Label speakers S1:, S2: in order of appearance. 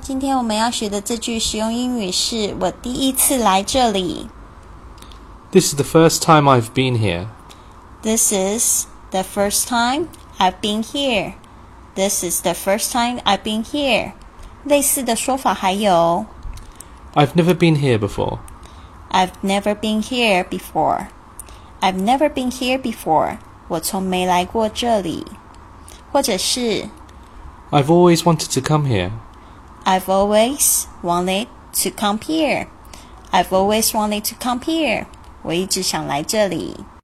S1: 今天我们要学的这句实用英语是“我第一次来这里
S2: This is the first time I've been here. ”。
S1: This is the first time I've been here. This is the first time I've been here. 类似的说法还有
S2: I've never been here before.
S1: “I've never been here before.” “I've never been here before.” 我从没来过这里，或者是
S2: I've always wanted to come here.
S1: I've always wanted to come here. I've always wanted to come here. 我一直想来这里。